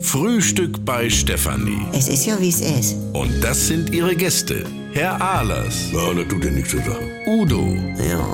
Frühstück bei Stefanie. Es ist ja, wie es ist. Und das sind ihre Gäste. Herr Ahlers, Ja, das tut dir nichts zu sagen. Udo Ja,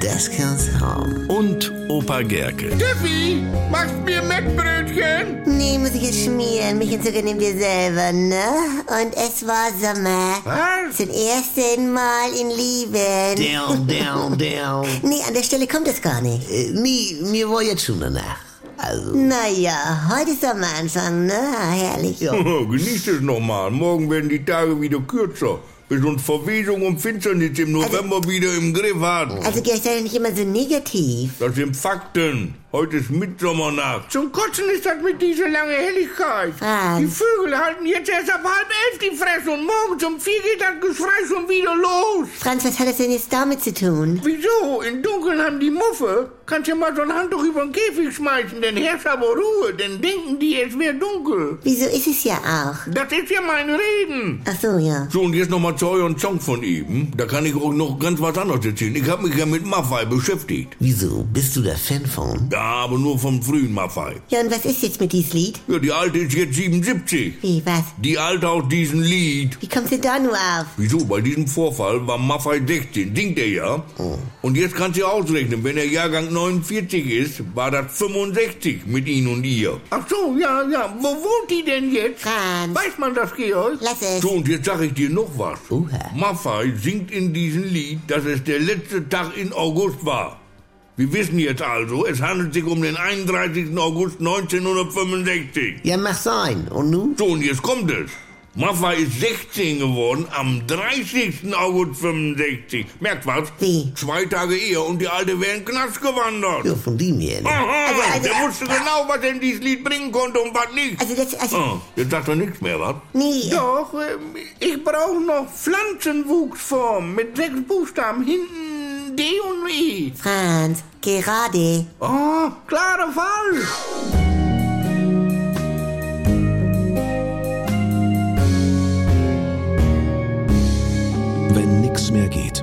das kann's haben. und Opa Gerke. Steffi, machst du mir Mettbrötchen? Nee, muss ich jetzt schmieren. Mich und Zucker nehmen wir selber, ne? Und es war Sommer. Was? Zum ersten Mal in Lieben. Down, down, down. Nee, an der Stelle kommt es gar nicht. Äh, nee, mir war jetzt schon danach. Also, Naja, heute ist Sommeranfang, ne? Herrlich. Ja. Genießt es nochmal. Morgen werden die Tage wieder kürzer. Bis uns Verwesung und Finsternis im November wieder im Griff hat. Also, Georg, sei doch nicht immer so negativ. Das sind Fakten. Heute ist Mitsommernacht. Zum Kotzen ist das mit dieser langen Helligkeit. Ah. Die Vögel halten jetzt erst ab halb elf die Fresse und morgens um vier geht das Geschrei schon wieder los. Franz, was hat das denn jetzt damit zu tun? Wieso? Im Dunkeln haben die Muffe. Kannst ja mal so ein Handtuch über den Käfig schmeißen, dann herrscht aber Ruhe. Dann denken die, es wäre dunkel. Wieso ist es ja auch? Das ist ja mein Reden. Ach so, ja. So, und jetzt nochmal zu eurem Song von eben. Da kann ich auch noch ganz was anderes erzählen. Ich habe mich ja mit Maffei beschäftigt. wieso? Bist du da Fan von? Ja, aber nur vom frühen Maffei. Ja, und was ist jetzt mit diesem Lied? Ja, die Alte ist jetzt 77. Wie, was? Die Alte aus diesem Lied. Wie kommst du da nur auf? Wieso? Bei diesem Vorfall war Maffei 16, singt er ja. Und jetzt kannst du ausrechnen, wenn er Jahrgang 49 ist, war das 65 mit ihm und ihr. Ach so, ja, ja. Wo wohnt die denn jetzt? Franz, Weiß man das, Georg? lass es. So, und jetzt sag ich dir noch was. Oha. Maffei singt in diesem Lied, dass es der letzte Tag in August war. Wir wissen jetzt also, es handelt sich um den 31. August 1965. Ja, mach sein. Und nun? So, und jetzt kommt es. Maffei ist 16 geworden am 30. August 65. Merkt was? Wie? Zwei Tage eher und die Alte wäre in den Knast gewandert. Ja, von dem her. ne? Aha, Also, also, der wusste genau, was denn dieses Lied bringen konnte und was nicht. Also, das, also, Ah, jetzt sagt er nichts mehr, was? nee. Doch, ähm, ich brauche noch Pflanzenwuchsform mit sechs Buchstaben hinten D und E. Franz, gerade. Oh, klarer Fall. Wenn nix mehr geht.